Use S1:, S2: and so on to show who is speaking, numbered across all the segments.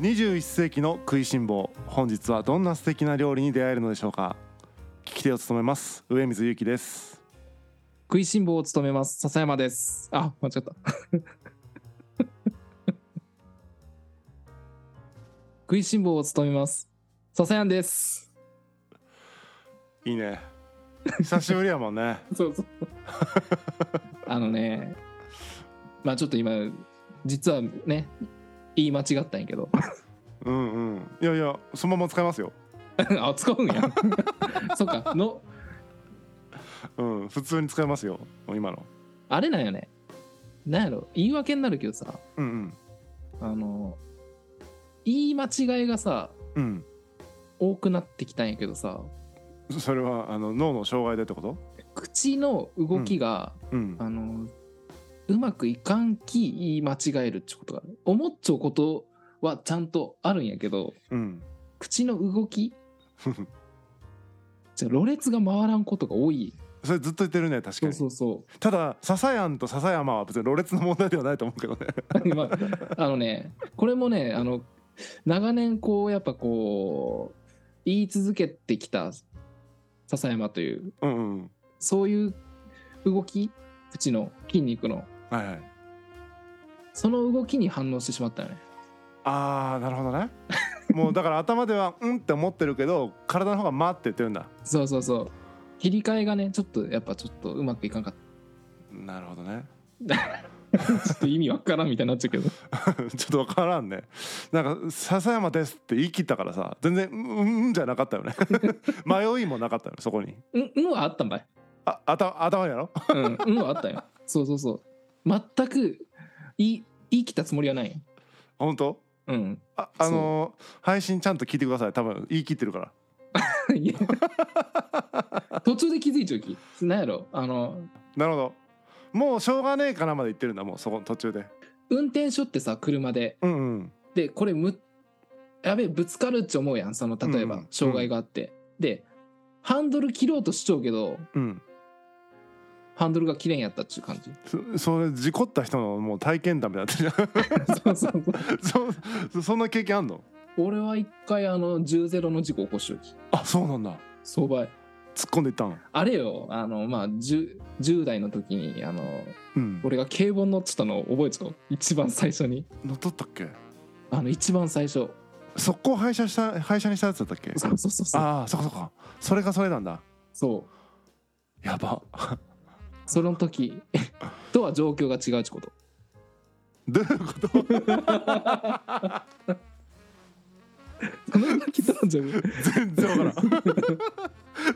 S1: 21世紀の食いしん坊本日はどんな素敵な料理に出会えるのでしょうか聞き手を務めます上水ゆきです
S2: 食いしん坊を務めます笹山ですあ間違った 食いしん坊を務めます笹山です
S1: いいね久しぶりやもんね
S2: そうそうあのねまあちょっと今実はね言い間違ったんやけど
S1: うんうんいやいやそのまま使えますよ
S2: あ使うんや そっかの
S1: うん普通に使えますよ今の
S2: あれなんよねなんやろ言い訳になるけどさ
S1: うん
S2: あの言い間違いがさ
S1: うん
S2: 多くなってきたんやけどさ
S1: うんそれはあの脳の障害でってこと
S2: 口の動きが、
S1: うん
S2: あのうまくいかんき言い間違えるってことがある思っちゃうことはちゃんとあるんやけど
S1: うん
S2: 口の 動きじゃあろれつが回らんことが多い
S1: それずっと言ってるね確か
S2: そう
S1: に
S2: そうそ
S1: ただ笹山と笹山は別にろれつの問題ではないと思うけどね
S2: う、まあ、あのねこれもねあの長年こうやっぱこう言い続けてきた笹山という
S1: うんうん
S2: そういう動き口の筋肉の
S1: はいはい
S2: その動きに反応してしまったよね
S1: あーなるほどねもうだから頭ではうんって思ってるけど体の方が「ま」って言ってるんだ
S2: そうそうそう切り替えがねちょっとやっぱちょっとうまくいかんかっ
S1: なるほどね
S2: た ちょっと意味わからんみたいになっちゃうけど
S1: ちょっとわからんねなんか「笹山です」って言い切ったからさ全然「うんうん」じゃなかったよね 迷いもなかったよねそこに
S2: うんうんはあったんばい
S1: あ頭頭やろ
S2: うんうんはあったんよそうそうそう全く言い言い切ったつもりはないよ
S1: 本当
S2: うん
S1: ああのー配信ちゃんと聞いてください多分言い切ってるから
S2: いや途中で気づいちゃうきなんやろあの
S1: なるほどもうしょうがねえかなまで言ってるんだもうそこ途中で
S2: 運転手ってさ車で
S1: うんうん
S2: でこれむやべえぶつかるって思うやんその例え
S1: うんう
S2: ば
S1: ん
S2: 障害があって、でハンドル切ろうとしちゃうけど
S1: うん
S2: ハンドルが切れんやったっちゅう 感じ
S1: そそれ事故った人のもう体験談みたいになってる
S2: そうそうそう
S1: じゃん そそんな経験あんの
S2: 俺は一回あの10ゼロの事故起こしよき
S1: あそうなんだ
S2: 相場
S1: 突っ込んでいったん
S2: あれよあのまあ 10, 10代の時にあの
S1: うん
S2: 俺が軽ボン乗ってたの覚えちゃう一番最初に
S1: 乗っ取ったっけ
S2: あの一番最初
S1: 速攻廃車した廃車にしたやつだったっけ
S2: そうそうそうそう
S1: ああそっかそっかそれがそれなんだ
S2: そう
S1: やば
S2: その時 とは状況が違うってこと
S1: どういうこと
S2: その時とは 状況
S1: 全然わからん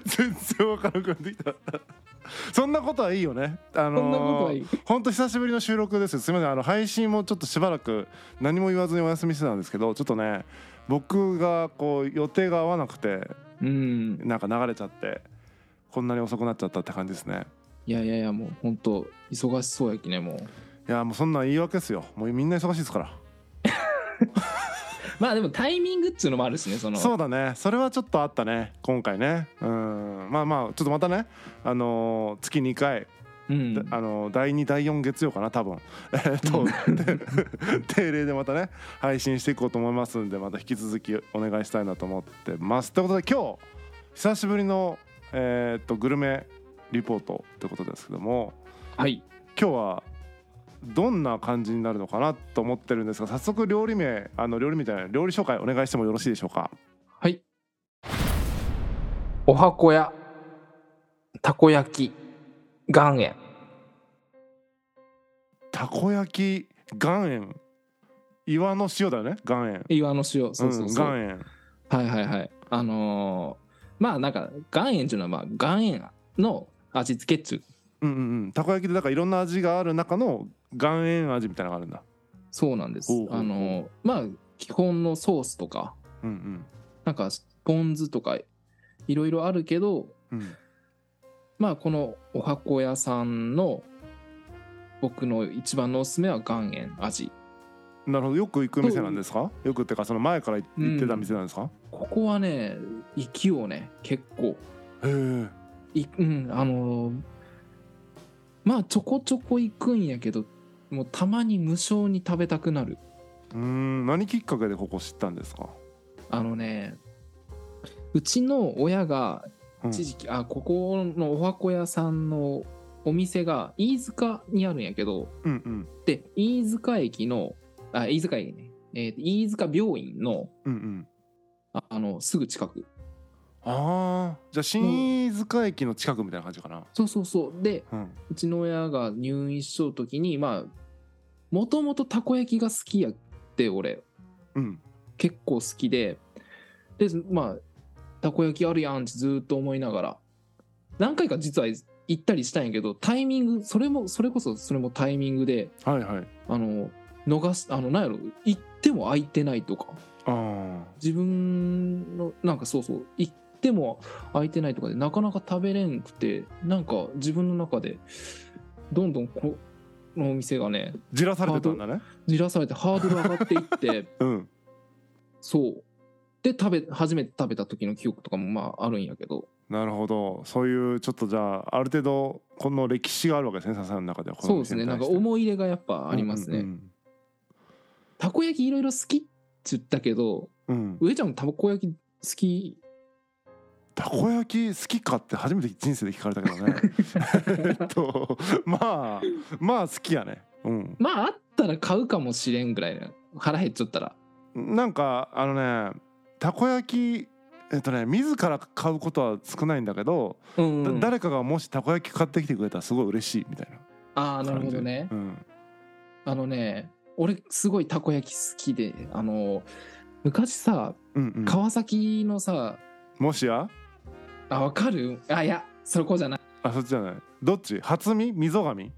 S1: 全然わからなくなってきたそんなことはいいよねあ
S2: そんなこと
S1: の
S2: は
S1: ー
S2: いい
S1: ほんと久しぶりの収録ですすみませんあの配信もちょっとしばらく何も言わずにお休みしてたんですけどちょっとね僕がこう予定が合わなくて
S2: うん
S1: なんか流れちゃってこんなに遅くなっちゃったって感じですね
S2: いやいやいやもう本当忙しそうやきねもう
S1: いやもうそんなん言い訳ですよもうみんな忙しいですから
S2: まあでもタイミングっつうのもあるしねその
S1: そうだねそれはちょっとあったね今回ねうんまあまあちょっとまたねあのー月2回、
S2: うん
S1: であのー第2第4月曜かな多分 えーっとで 定例でまたね配信していこうと思いますんでまた引き続きお願いしたいなと思ってますということで今日久しぶりのえーっとグルメリポートってことですけども
S2: はい
S1: 今日はどんな感じになるのかなと思ってるんですが早速料理名あの料理名じゃない料理紹介お願いしてもよろしいでしょうか
S2: はい。おはこや、たこ焼き、岩塩。
S1: たこ焼き岩塩岩の塩だよね岩塩
S2: 岩の塩、そうそうそう。
S1: ん、岩塩
S2: はいはいはい。あのーまあなんか、岩塩っていうのは、まあ、岩塩の味付けっちゅう。
S1: うんうんうんたこ焼きでだからいろんな味がある中の岩塩味みたいなのがあるんだ
S2: そうなんです
S1: ほうほう。ほう
S2: あのーまあ、基本のソースとか、
S1: うん
S2: なんか、ポン酢とか、いろいろあるけど、
S1: うんうん
S2: まあ、このおはこ屋さんの、僕の一番のおすすめは岩塩味。
S1: なるほどよく行く店なんですかよくっていうかその前から行ってた店なんですか、
S2: ここはね、勢をね、結構
S1: へえ
S2: いうんあのーまあちょこちょこ行くんやけどもうたまに無性に食べたくなる
S1: うーん何きっかけでここ知ったんですか、
S2: あのねうちの親が
S1: うん
S2: 一時期、あここのおはこ屋さんのお店が飯塚にあるんやけど
S1: うんうん
S2: で飯塚駅のあ飯塚駅ね、えー飯塚病院の
S1: うんうん
S2: ああのすぐ近く
S1: ああじゃあ新飯塚駅の近くみたいな感じかな
S2: そうそうそうで
S1: うん
S2: うちの親が入院しとう時にまあもともとたこ焼きが好きやって俺
S1: うん
S2: 結構好きででまあたこ焼きあるやんってずっと思いながら何回か実は行ったりしたんやけどタイミングそれもそれこそそれもタイミングで
S1: はいはい
S2: あの逃すあのなんやろ行っても空いてないとか
S1: あー
S2: 自分のなんかそうそう行っても空いてないとかでなかなか食べれんくてなんか自分の中でどんどんこのお店がね
S1: じらされてたんだね
S2: じらされてハードル上がっていって
S1: うん
S2: そうで食べ初めて食べた時の記憶とかもまああるんやけど
S1: なるほどそういうちょっとじゃあある程度この歴史があるわけですね笹の中ではこの
S2: そうですねなんか思い入れがやっぱありますね、
S1: うん
S2: たこ焼きいろいろ好きって言ったけど
S1: うんうん、うん
S2: 上ちゃんもたこ焼き好き
S1: たこ焼き好きかって初めて人生で聞かれたけどね えっとまあまあ好きやねうん
S2: まああったら買うかもしれんぐらいな腹減っちゃったら
S1: なんかあのねたこ焼きえっとね自ら買うことは少ないんだけど、
S2: うん、
S1: だ誰かがもしたこ焼き買ってきてくれたらすごい嬉しいみたい
S2: ああ
S1: な
S2: なるほどね、
S1: 感じうん
S2: あのね、俺すごいたこ焼き好きで、あの、昔さ、
S1: うんうん、
S2: 川崎のさ、
S1: もしや
S2: あ、わかるあ、いや、そこじゃない。
S1: あそっちじゃないどっち初見溝上
S2: 違う。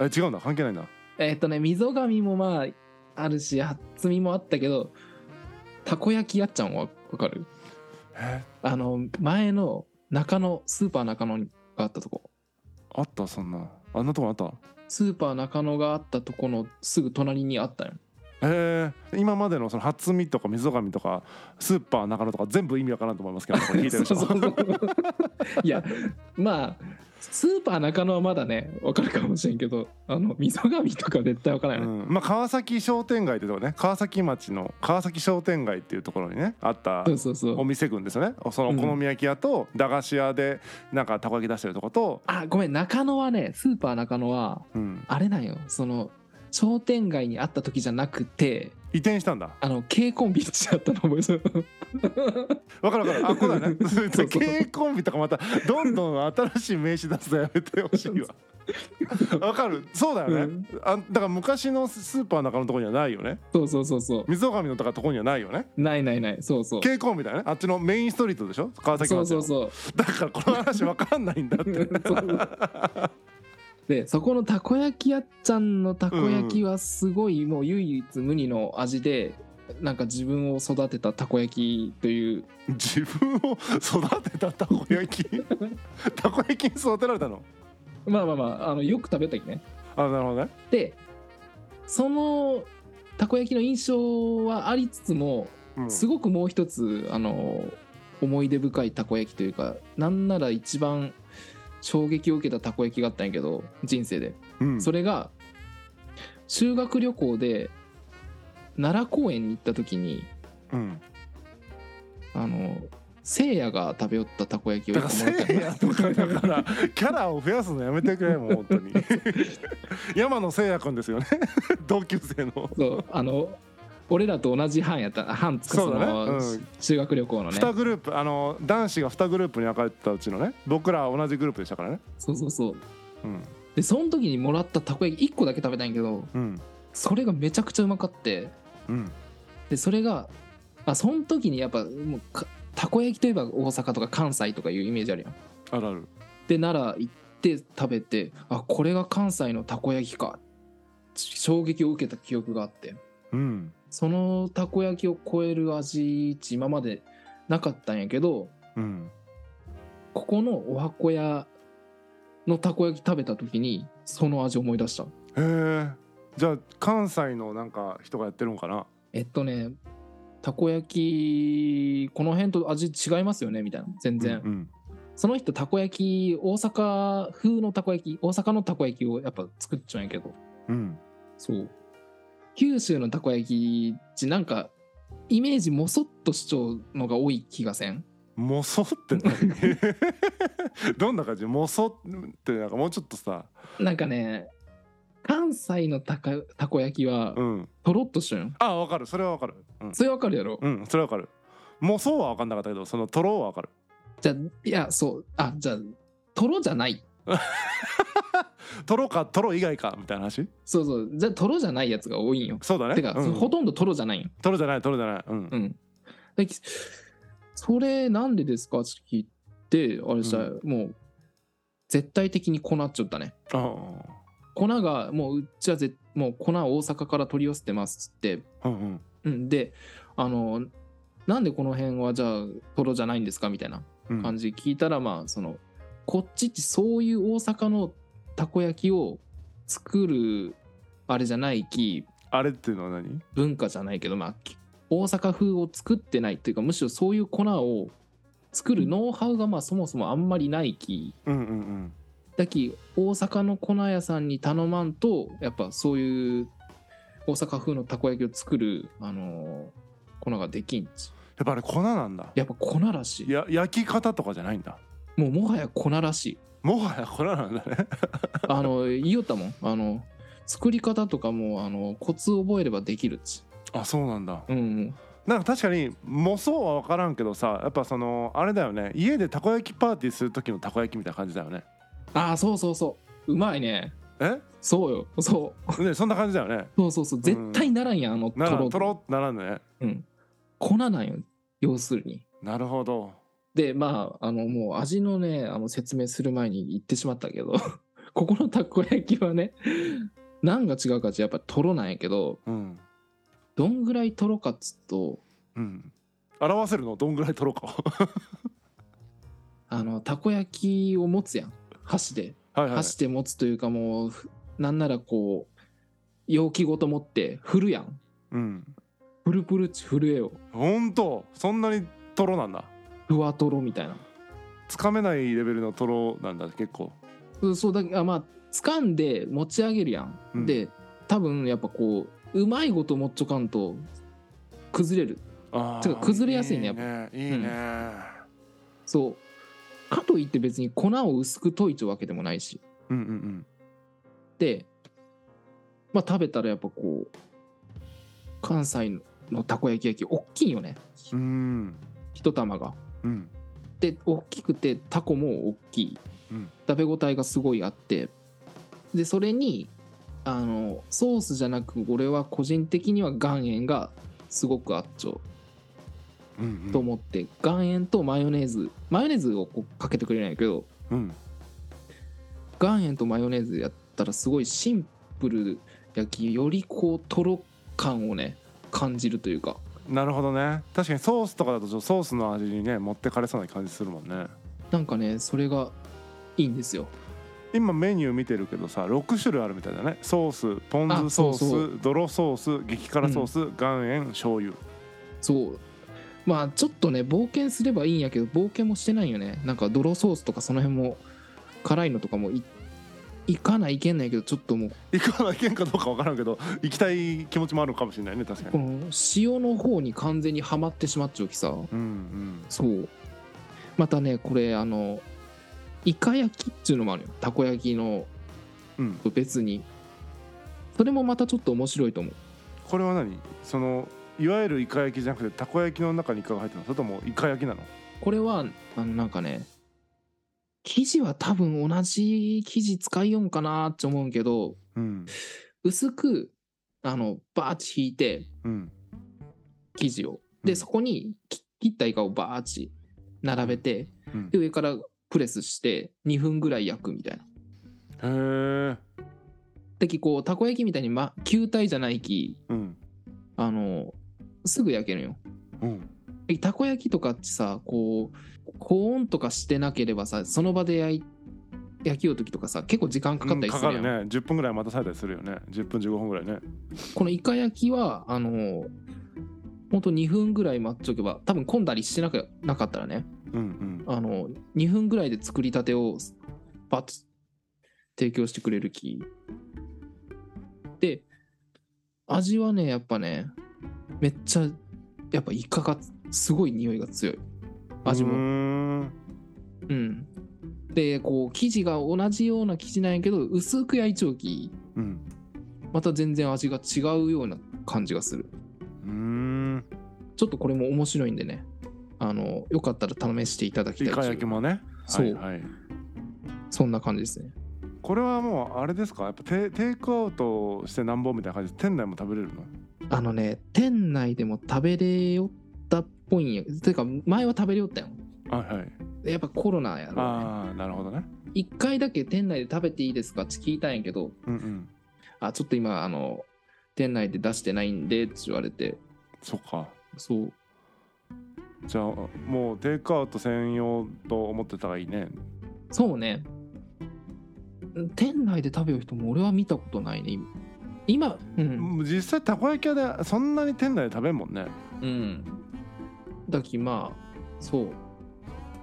S1: え違うんだ関係ないんだ
S2: えーっとね、溝上もまあ、あるし、厚みもあったけど、たこ焼きやっちゃんはわかる
S1: え
S2: あの、前の中野、スーパー中野があったとこ。
S1: あったそんなあんなとこあった
S2: スーパー中野があったとこのすぐ隣にあったよ。
S1: えー、今までのその初見とか溝上とかスーパー中野とか全部意味わからんと思いますけど これ聞いてる人
S2: そうそうそういやまあスーパー中野はまだね分かるかもしれんけどあの溝上とか絶対分からない、
S1: うんまあ、川崎商店街ってとこね川崎町の川崎商店街っていうところにねあった
S2: そうそうそ
S1: お
S2: う
S1: 店群ですよねそのお好み焼き屋と駄菓子屋でなんかたこ焼き出してるとこと、
S2: あごめん中野はねスーパー中野は
S1: うん、
S2: あれなんよその商店街にあった時じゃなくて
S1: 移転したんだ
S2: あの K コンビにしちゃったの覚えてる
S1: わかるわ かるあこれだね
S2: そうそう
S1: K コンビとかまたどんどん新しい名刺出すのやめてほしい わわかるそうだよね、
S2: うん
S1: あだから昔のスーパー中野のとこにはないよね
S2: そうそうそうそう
S1: 溝上のとかとこにはないよね
S2: ないないないそうそう
S1: K コンビだよねあっちのメインストリートでしょ川崎町
S2: そ
S1: の
S2: うそうそう
S1: だからこの話わかんないんだっ て
S2: そうでそこのたこ焼きやっちゃんのたこ焼きはすごいもう唯一無二の味でなんか自分を育てたたこ焼きという
S1: 自分を育てたたこ焼きたこ焼きに育てられたの
S2: まあまあまああのよく食べた時ね
S1: あなるほどね
S2: でそのたこ焼きの印象はありつつも
S1: うん
S2: すごくもう一つあの思い出深いたこ焼きというかなんなら一番衝撃を受けたたこ焼きがあったんやけど人生で
S1: うん
S2: それが修学旅行で奈良公園に行った時に
S1: うん
S2: あのせいやが食べよったたこ焼きを
S1: だから
S2: 一個もらっ
S1: せ
S2: た
S1: いや
S2: の
S1: とかだからキャラを増やすのやめてくれもう本当に山野せいやくんですよね 同級生の
S2: そうあの俺らと同じ班やった班つか
S1: そ
S2: そう
S1: だね
S2: の
S1: うん
S2: 修学旅行のね
S1: 2グループあの男子が2グループに分かれてたうちのね僕らは同じグループでしたからね
S2: そうそうそう
S1: うん
S2: でその時にもらったたこ焼き1個だけ食べたんやけど
S1: うん
S2: それがめちゃくちゃうまかって
S1: うん
S2: でそれがあその時にやっぱもうかたこ焼きといえば大阪とか関西とかいうイメージあるやん
S1: あるある
S2: で奈良行って食べてあこれが関西のたこ焼きか衝撃を受けた記憶があって
S1: うん
S2: そのたこ焼きを超える味一今までなかったんやけど
S1: うん
S2: ここのおはこ屋のたこ焼き食べた時にその味思い出した
S1: へえじゃあ関西のなんか人がやってるんかな
S2: えっとねたこ焼きこの辺と味違いますよねみたいな全然、
S1: うんうん
S2: その人たこ焼き大阪風のたこ焼き大阪のたこ焼きをやっぱ作っちゃうんやけど
S1: うん
S2: そう九州のたこ焼きってなんかイメージもそっとしちゃうのが多い気がせん
S1: もそって何 どんな感じもそってなんかもうちょっとさ
S2: なんかね関西のたかたこ焼きは
S1: うん
S2: とろっとしちゃうん
S1: あわかるそれはわかるうん、
S2: それわかるやろ
S1: うん、それはわかるもそはわかんなかったけどそのとろうはわかる
S2: じゃあいやそうあじゃあとろじゃない
S1: とろかとろ以外かみたいな話
S2: そうそうじゃあとろじゃないやつが多いんよ
S1: そうだね
S2: てか、
S1: うん、
S2: ほとんどとろじゃないんよ
S1: とろじゃないとろじゃないうん、
S2: うんできそれなんでですかって聞いてあれした、
S1: う
S2: もう絶対的に粉っちゃったね
S1: あー
S2: 粉がもううちはぜもう粉を大阪から取り寄せてますっつって、
S1: うんうん
S2: うん、であのなんでこの辺はじゃあトロじゃないんですかみたいな
S1: うん
S2: 感じで聞いたら、まあそのこっちってそういう大阪のたこ焼きを作るあれじゃないき
S1: あれっていうのは何
S2: 文化じゃないけどまあき大阪風を作ってないっていうかむしろそういう粉を作るノウハウがまあそもそもあんまりないき
S1: うんうんうん
S2: だき大阪の粉屋さんに頼まんとやっぱそういう大阪風のたこ焼きを作る、あのー粉ができんち
S1: やっぱあれ粉なんだ
S2: やっぱ粉らしい
S1: や焼き方とかじゃないんだ
S2: もうもはや粉らしい
S1: もはや粉なんだね
S2: あの言いよったもんあの作り方とかもあのコツ覚えればできるっち
S1: あそうなんだ
S2: うんうん
S1: なんか確かにもそうは分からんけどさやっぱそのあれだよね家でたこ焼きパーティーする時のたこ焼きみたいな感じだよね
S2: ああそうそうそううまいね
S1: え
S2: そうよそう
S1: ねそんな感じだよね
S2: そうそうそう絶対ならんやんあの
S1: な
S2: と
S1: ら
S2: ろ
S1: とろってならんね
S2: うん、粉なんよ要するに
S1: なるほど
S2: でまああのもう味のねあの説明する前に言ってしまったけど ここのたこ焼きはね何が違うかってやっぱとろなんやけど
S1: うん
S2: どんぐらいとろかっつうと
S1: うん表せるのどんぐらいとろうか
S2: あのたこ焼きを持つやん箸で
S1: はいはい
S2: 箸で持つというかもうふなんならこう容器ごと持って振るやん
S1: うん
S2: プルプルっち震えよ
S1: ほんとそんなにとろなんだ
S2: ふわとろみたいな
S1: つかめないレベルのとろなんだ結構
S2: そうそうだけあまあ掴んで持ち上げるやん、
S1: うん
S2: で多分やっぱこううまいこと持っちょかんと崩れる
S1: あー
S2: てか崩れやすいね
S1: いいねいいね、
S2: そうかといって別に粉を薄く溶いちゃうわけでもないし
S1: うん、うんうん
S2: でまあ食べたらやっぱこう関西のたこ焼き焼き大きいよね
S1: うんうん
S2: 一玉が
S1: うん
S2: で大きくてタコも大きい、
S1: うん
S2: 食べ応えがすごいあってでそれにあのソースじゃなく俺は個人的には岩塩がすごくあっちょ
S1: うんうん
S2: と思って、岩塩とマヨネーズマヨネーズをこうかけてくれないけど
S1: うん
S2: 岩塩とマヨネーズやったらすごいシンプルやきよりこうとろ感をね感じるというか
S1: なるほどね確かにソースとかだとちょっとソースの味にね持ってかれそうな感じするもんね
S2: なんかねそれがいいんですよ
S1: 今メニュー見てるけどさ6種類あるみたいだねソースポン酢ソース
S2: あそう
S1: 泥ソース激辛ソース、岩塩醤油
S2: そうまあちょっとね冒険すればいいんやけど冒険もしてないよねなんか泥ソースとかその辺も辛いのとかもいいかないけんないけどちょっともう
S1: 行かないけんかどうか分からんけど行きたい気持ちもあるのかもしれないね確か
S2: こ
S1: に
S2: の塩の方に完全にはまってしまっちゃうきさ
S1: うんうん
S2: そうまたねこれあのイカ焼きっちゅうのもあるよたこ焼きの
S1: うん
S2: 別にそれもまたちょっと面白いと思う
S1: これは何そのいわゆるイカ焼きじゃなくてたこ焼きの中にイカが入ってるのそれともイカ焼きなの
S2: これはあのなんかね生地は多分同じ生地使いよんかなって思うんけど
S1: うん
S2: 薄くあのバーッチ引いて
S1: うん
S2: 生地を
S1: う
S2: で
S1: ん
S2: そこにき切ったイカをバーッチ並べて
S1: うん
S2: で上からプレスして2分ぐらい焼くみたいな。
S1: へえ
S2: できこうたこ焼きみたいに、ま、球体じゃないき
S1: うん
S2: あのすぐ焼けるよ。
S1: うん
S2: でたこ焼きとかってさこう高温とかしてなければさその場で焼い焼きよう時とかさ結構時間かかったり
S1: か
S2: す
S1: か
S2: るや
S1: るね
S2: ん、
S1: 10分ぐらい待たされたりするよね10分15分ぐらいね
S2: このイカ焼きはあのほんと2分ぐらい待っとけば多分混んだりしてなくなかったらね
S1: うんうん
S2: あの2分ぐらいで作りたてをバッと提供してくれる気で味はねやっぱねめっちゃやっぱイカがすごい匂いが強い味も
S1: うーん
S2: うんでこう生地が同じような生地なんやけど薄く焼いちょうき
S1: うん
S2: また全然味が違うような感じがする
S1: うーん
S2: ちょっとこれも面白いんでねあのよかったら試していただきたい
S1: イカ焼きもね
S2: そう
S1: はいはい
S2: そんな感じですね
S1: これはもうあれですかやっぱテテイクアウトしてなんぼみたいな感じで店内も食べれるの
S2: あのね店内でも食べれよったっぽいんやてか前は食べれよったよ
S1: はいはい
S2: やっぱコロナやろ、ね、
S1: ああなるほどね
S2: 1回だけ店内で食べていいですかって聞いたんやけど
S1: うんうん
S2: あちょっと今あの店内で出してないんでって言われて
S1: そっか
S2: そう
S1: じゃあもうテイクアウト専用と思ってたらいいね
S2: そうね店内で食べる人も俺は見たことないね今今うん、
S1: もう実際たこ焼き屋でそんなに店内で食べんもんね
S2: うん、だきまあそう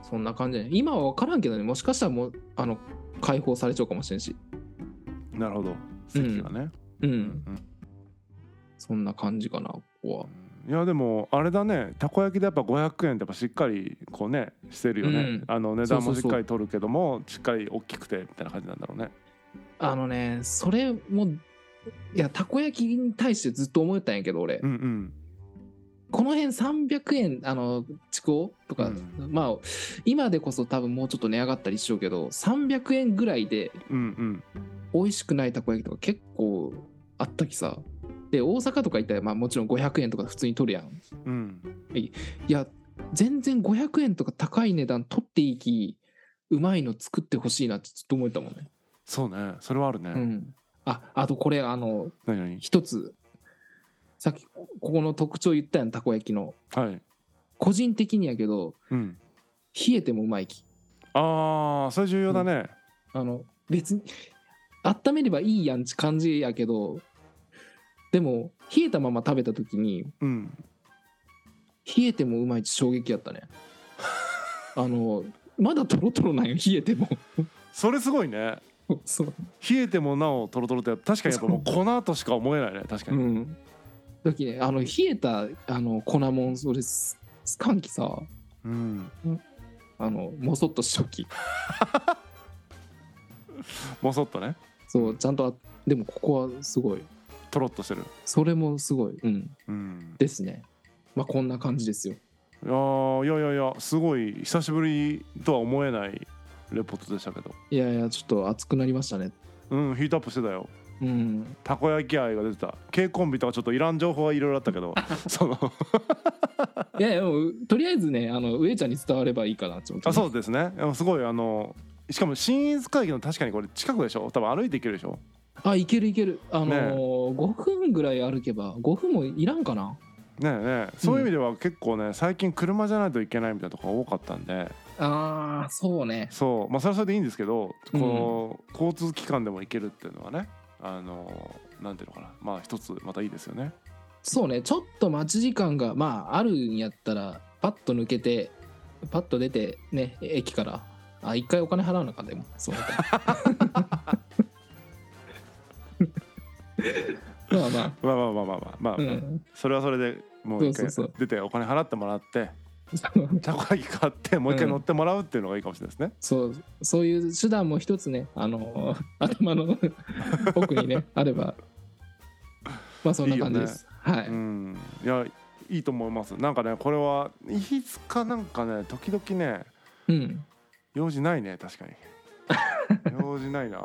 S2: そんな感じね今は分からんけどねもしかしたらもうあの解放されちゃうかもしれんし
S1: なるほど席がね、
S2: うん、
S1: うん
S2: そんな感じかなここは。
S1: いやでもあれだねたこ焼きでやっぱ500円ってやっぱしっかりこうねしてるよね、
S2: うん
S1: あの値段もしっか
S2: そうそうそ
S1: り取るけどもしっかり大きくてみたいな感じなんだろうね
S2: あのねそれもいやたこ焼きに対してずっと思ったんやけど俺、
S1: うんうん
S2: この辺300円あのちくおとか、
S1: うん
S2: まあ今でこそ多分もうちょっと値上がったりしようけど300円ぐらいで
S1: うん
S2: 美味しくないたこ焼きとか結構あったきさで大阪とか行ったら、まあ、もちろん500円とか普通に取るやん
S1: うんうん
S2: いや全然500円とか高い値段取っていいきうまいの作ってほしいなってずっと思えたもんね
S1: そうねそれはある
S2: う
S1: ね、
S2: んああとこれあの
S1: 何何
S2: 一つさっきここの特徴言ったやんたこ焼きの
S1: はい
S2: 個人的にやけど
S1: うん
S2: 冷えてもうまいき
S1: ああそれ重要だね、
S2: あの別に温めればいいやんち感じやけどでも冷えたまま食べた時に
S1: うん、
S2: 冷えてもうまいち衝撃やったねあのまだトロトロなんよ冷えても
S1: それすごいね
S2: そう
S1: 冷えてもなおトロトロって確かにやっぱもう粉としか思えないね確か
S2: う
S1: に、
S2: ん時ねあの冷えたあの粉もんそれすすかんきさ
S1: うん、
S2: あのもそっとしとき
S1: もそっとね
S2: そうちゃんとあでもここはすごい
S1: とろっとしてる
S2: それもすごい、うん、
S1: うん
S2: ですねまあこんな感じですよ
S1: いやーいやいやいやすごい久しぶりとは思えないレポートでしたけど
S2: いやいやちょっと熱くなりましたね
S1: うんヒートアップしてたよ
S2: うん
S1: たこ焼き愛が出てた K コンビとかちょっといらん情報はいろいろあった けどその
S2: いやいやもうとりあえずねあの上ちゃんに伝わればいいかなって思って、
S1: あそうですねでもすごいあのしかも新飯塚駅の確かにこれ近くでしょ多分歩いて行けるでしょ
S2: あいけるいけるあの
S1: ねえ
S2: ー、5分ぐらい歩けば5分もいらんかな
S1: ねえねえそういう意味では結構ね最近車じゃないといけないみたいなとこが多かったんで
S2: あーそうね
S1: そうまあそれはそれでいいんですけど
S2: うん
S1: この交通機関でも行けるっていうのはねあのなんていうのかなまあ一つまたいいですよね
S2: そうねちょっと待ち時間がまああるんやったらパッと抜けてパッと出てね駅からあ一回お金払うのかでもそうなった らまあま
S1: まあまあまあまあまあまあ、
S2: あうん
S1: それはそれでもう一回
S2: そうそうそう
S1: 出てお金払ってもらってたこ焼き買ってもう一回乗ってもらうっていうのがいいかもしれないですね、
S2: そうそういう手段も一つねあの 頭の奥にねあればまあそんな感じですはい、
S1: うんいやいいと思いますなんかねこれはいつかなんかね時々ね
S2: うん、
S1: 用事ないね 確かに用事ない な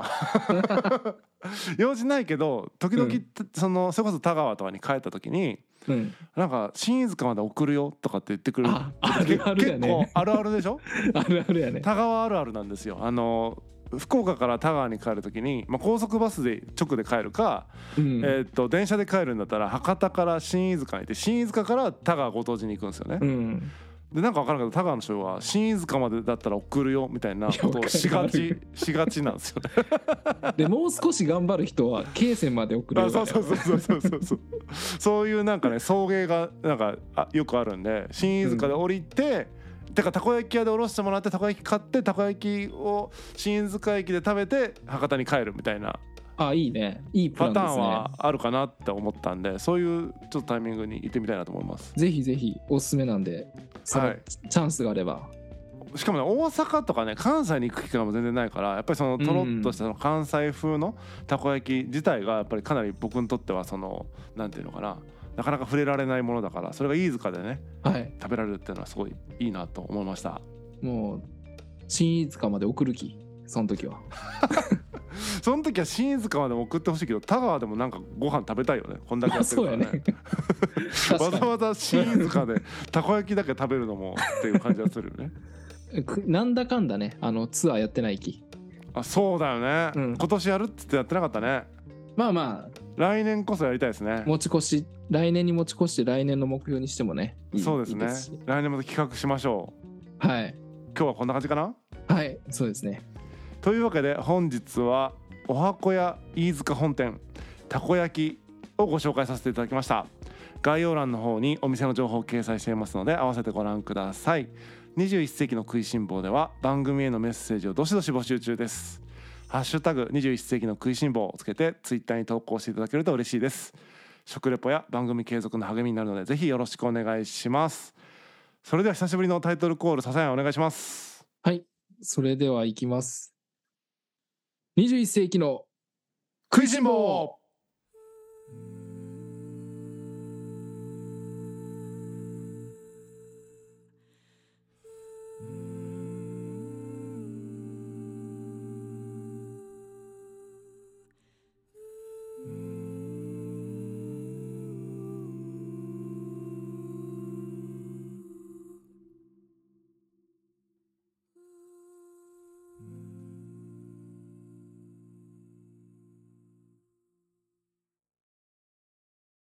S1: 用事ないけど時々、
S2: うん
S1: そのそれこそ田川とかに帰った時に
S2: うん、
S1: なんか「新飯塚まで送るよ」とかって言ってくる
S2: ああるあるや
S1: 結構
S2: ね
S1: あるあるでしょ
S2: あるあるやね
S1: 田川あるあるなんですよあの福岡から田川に帰る時に、まあ、高速バスで直で帰るか、
S2: うん、
S1: えーっと電車で帰るんだったら博多から新飯塚に行って新飯塚から田川ご当地に行くんですよね、
S2: うん、
S1: でなんか分からんけど田川の人は新飯塚までだったら送るよみたいなことをしが
S2: いや
S1: ちしがちなんですよね
S2: でもう少し頑張る人は京成まで送る
S1: あ
S2: よ
S1: そうそうそうそうそうそうそうそういうなんかね送迎がなんかあよくあるんで新飯塚で降りて、てかたこ焼き屋で降ろしてもらってたこ焼き買ってたこ焼きを新飯塚駅で食べて博多に帰るみたいな
S2: あいいねいいプラ
S1: パ
S2: ン
S1: タ
S2: で
S1: ー
S2: す
S1: ン
S2: ね
S1: はあるかなって思ったんでそういうちょっとタイミングに行ってみたいなと思います
S2: ぜひぜひおすすめなんでその、
S1: はい
S2: チャンスがあれば
S1: しかもね大阪とかね関西に行く機会も全然ないからやっぱりそのとろっとしたその関西風のたこ焼き自体がやっぱりかなり僕にとってはそのなんていうのかななかなか触れられないものだからそれが飯塚でね
S2: はい
S1: 食べられるっていうのはすごいいいなと思いました
S2: もう新飯塚まで送る気その時は
S1: その時は新飯塚までも送ってほしいけど田川でもなんかご飯食べたいよねこんだけやってる
S2: そう
S1: から
S2: や
S1: ね
S2: ね 確
S1: わ
S2: か
S1: ざわざ新飯塚でたこ焼きだけ食べるのもっていう感じがするよ ね
S2: にくなんだかんだねあのツアーやってない気
S1: あそうだよね、
S2: うん
S1: 今年やるっつってやってなかったね
S2: まあまあ
S1: 来年こそやりたいですね
S2: 持ち越し来年に持ち越して来年の目標にしてもねいい
S1: そうです
S2: い
S1: ね
S2: いし
S1: 来年また企画しましょう
S2: はい
S1: 今日はこんな感じかな
S2: はいそうですね
S1: というわけで本日はおはこや飯塚本店たこ焼きをご紹介させていただきました概要欄の方にお店の情報を掲載していますので合わせてご覧ください21世紀の食いしん坊では番組へのメッセージをどしどし募集中ですハッシュタグ21世紀の食いしん坊をつけてツイッターに投稿していただけると嬉しいです食レポや番組継続の励みになるのでぜひよろしくお願いしますそれでは久しぶりのタイトルコール笹谷お願いします
S2: はいそれではいきます21世紀の
S1: 食いしん坊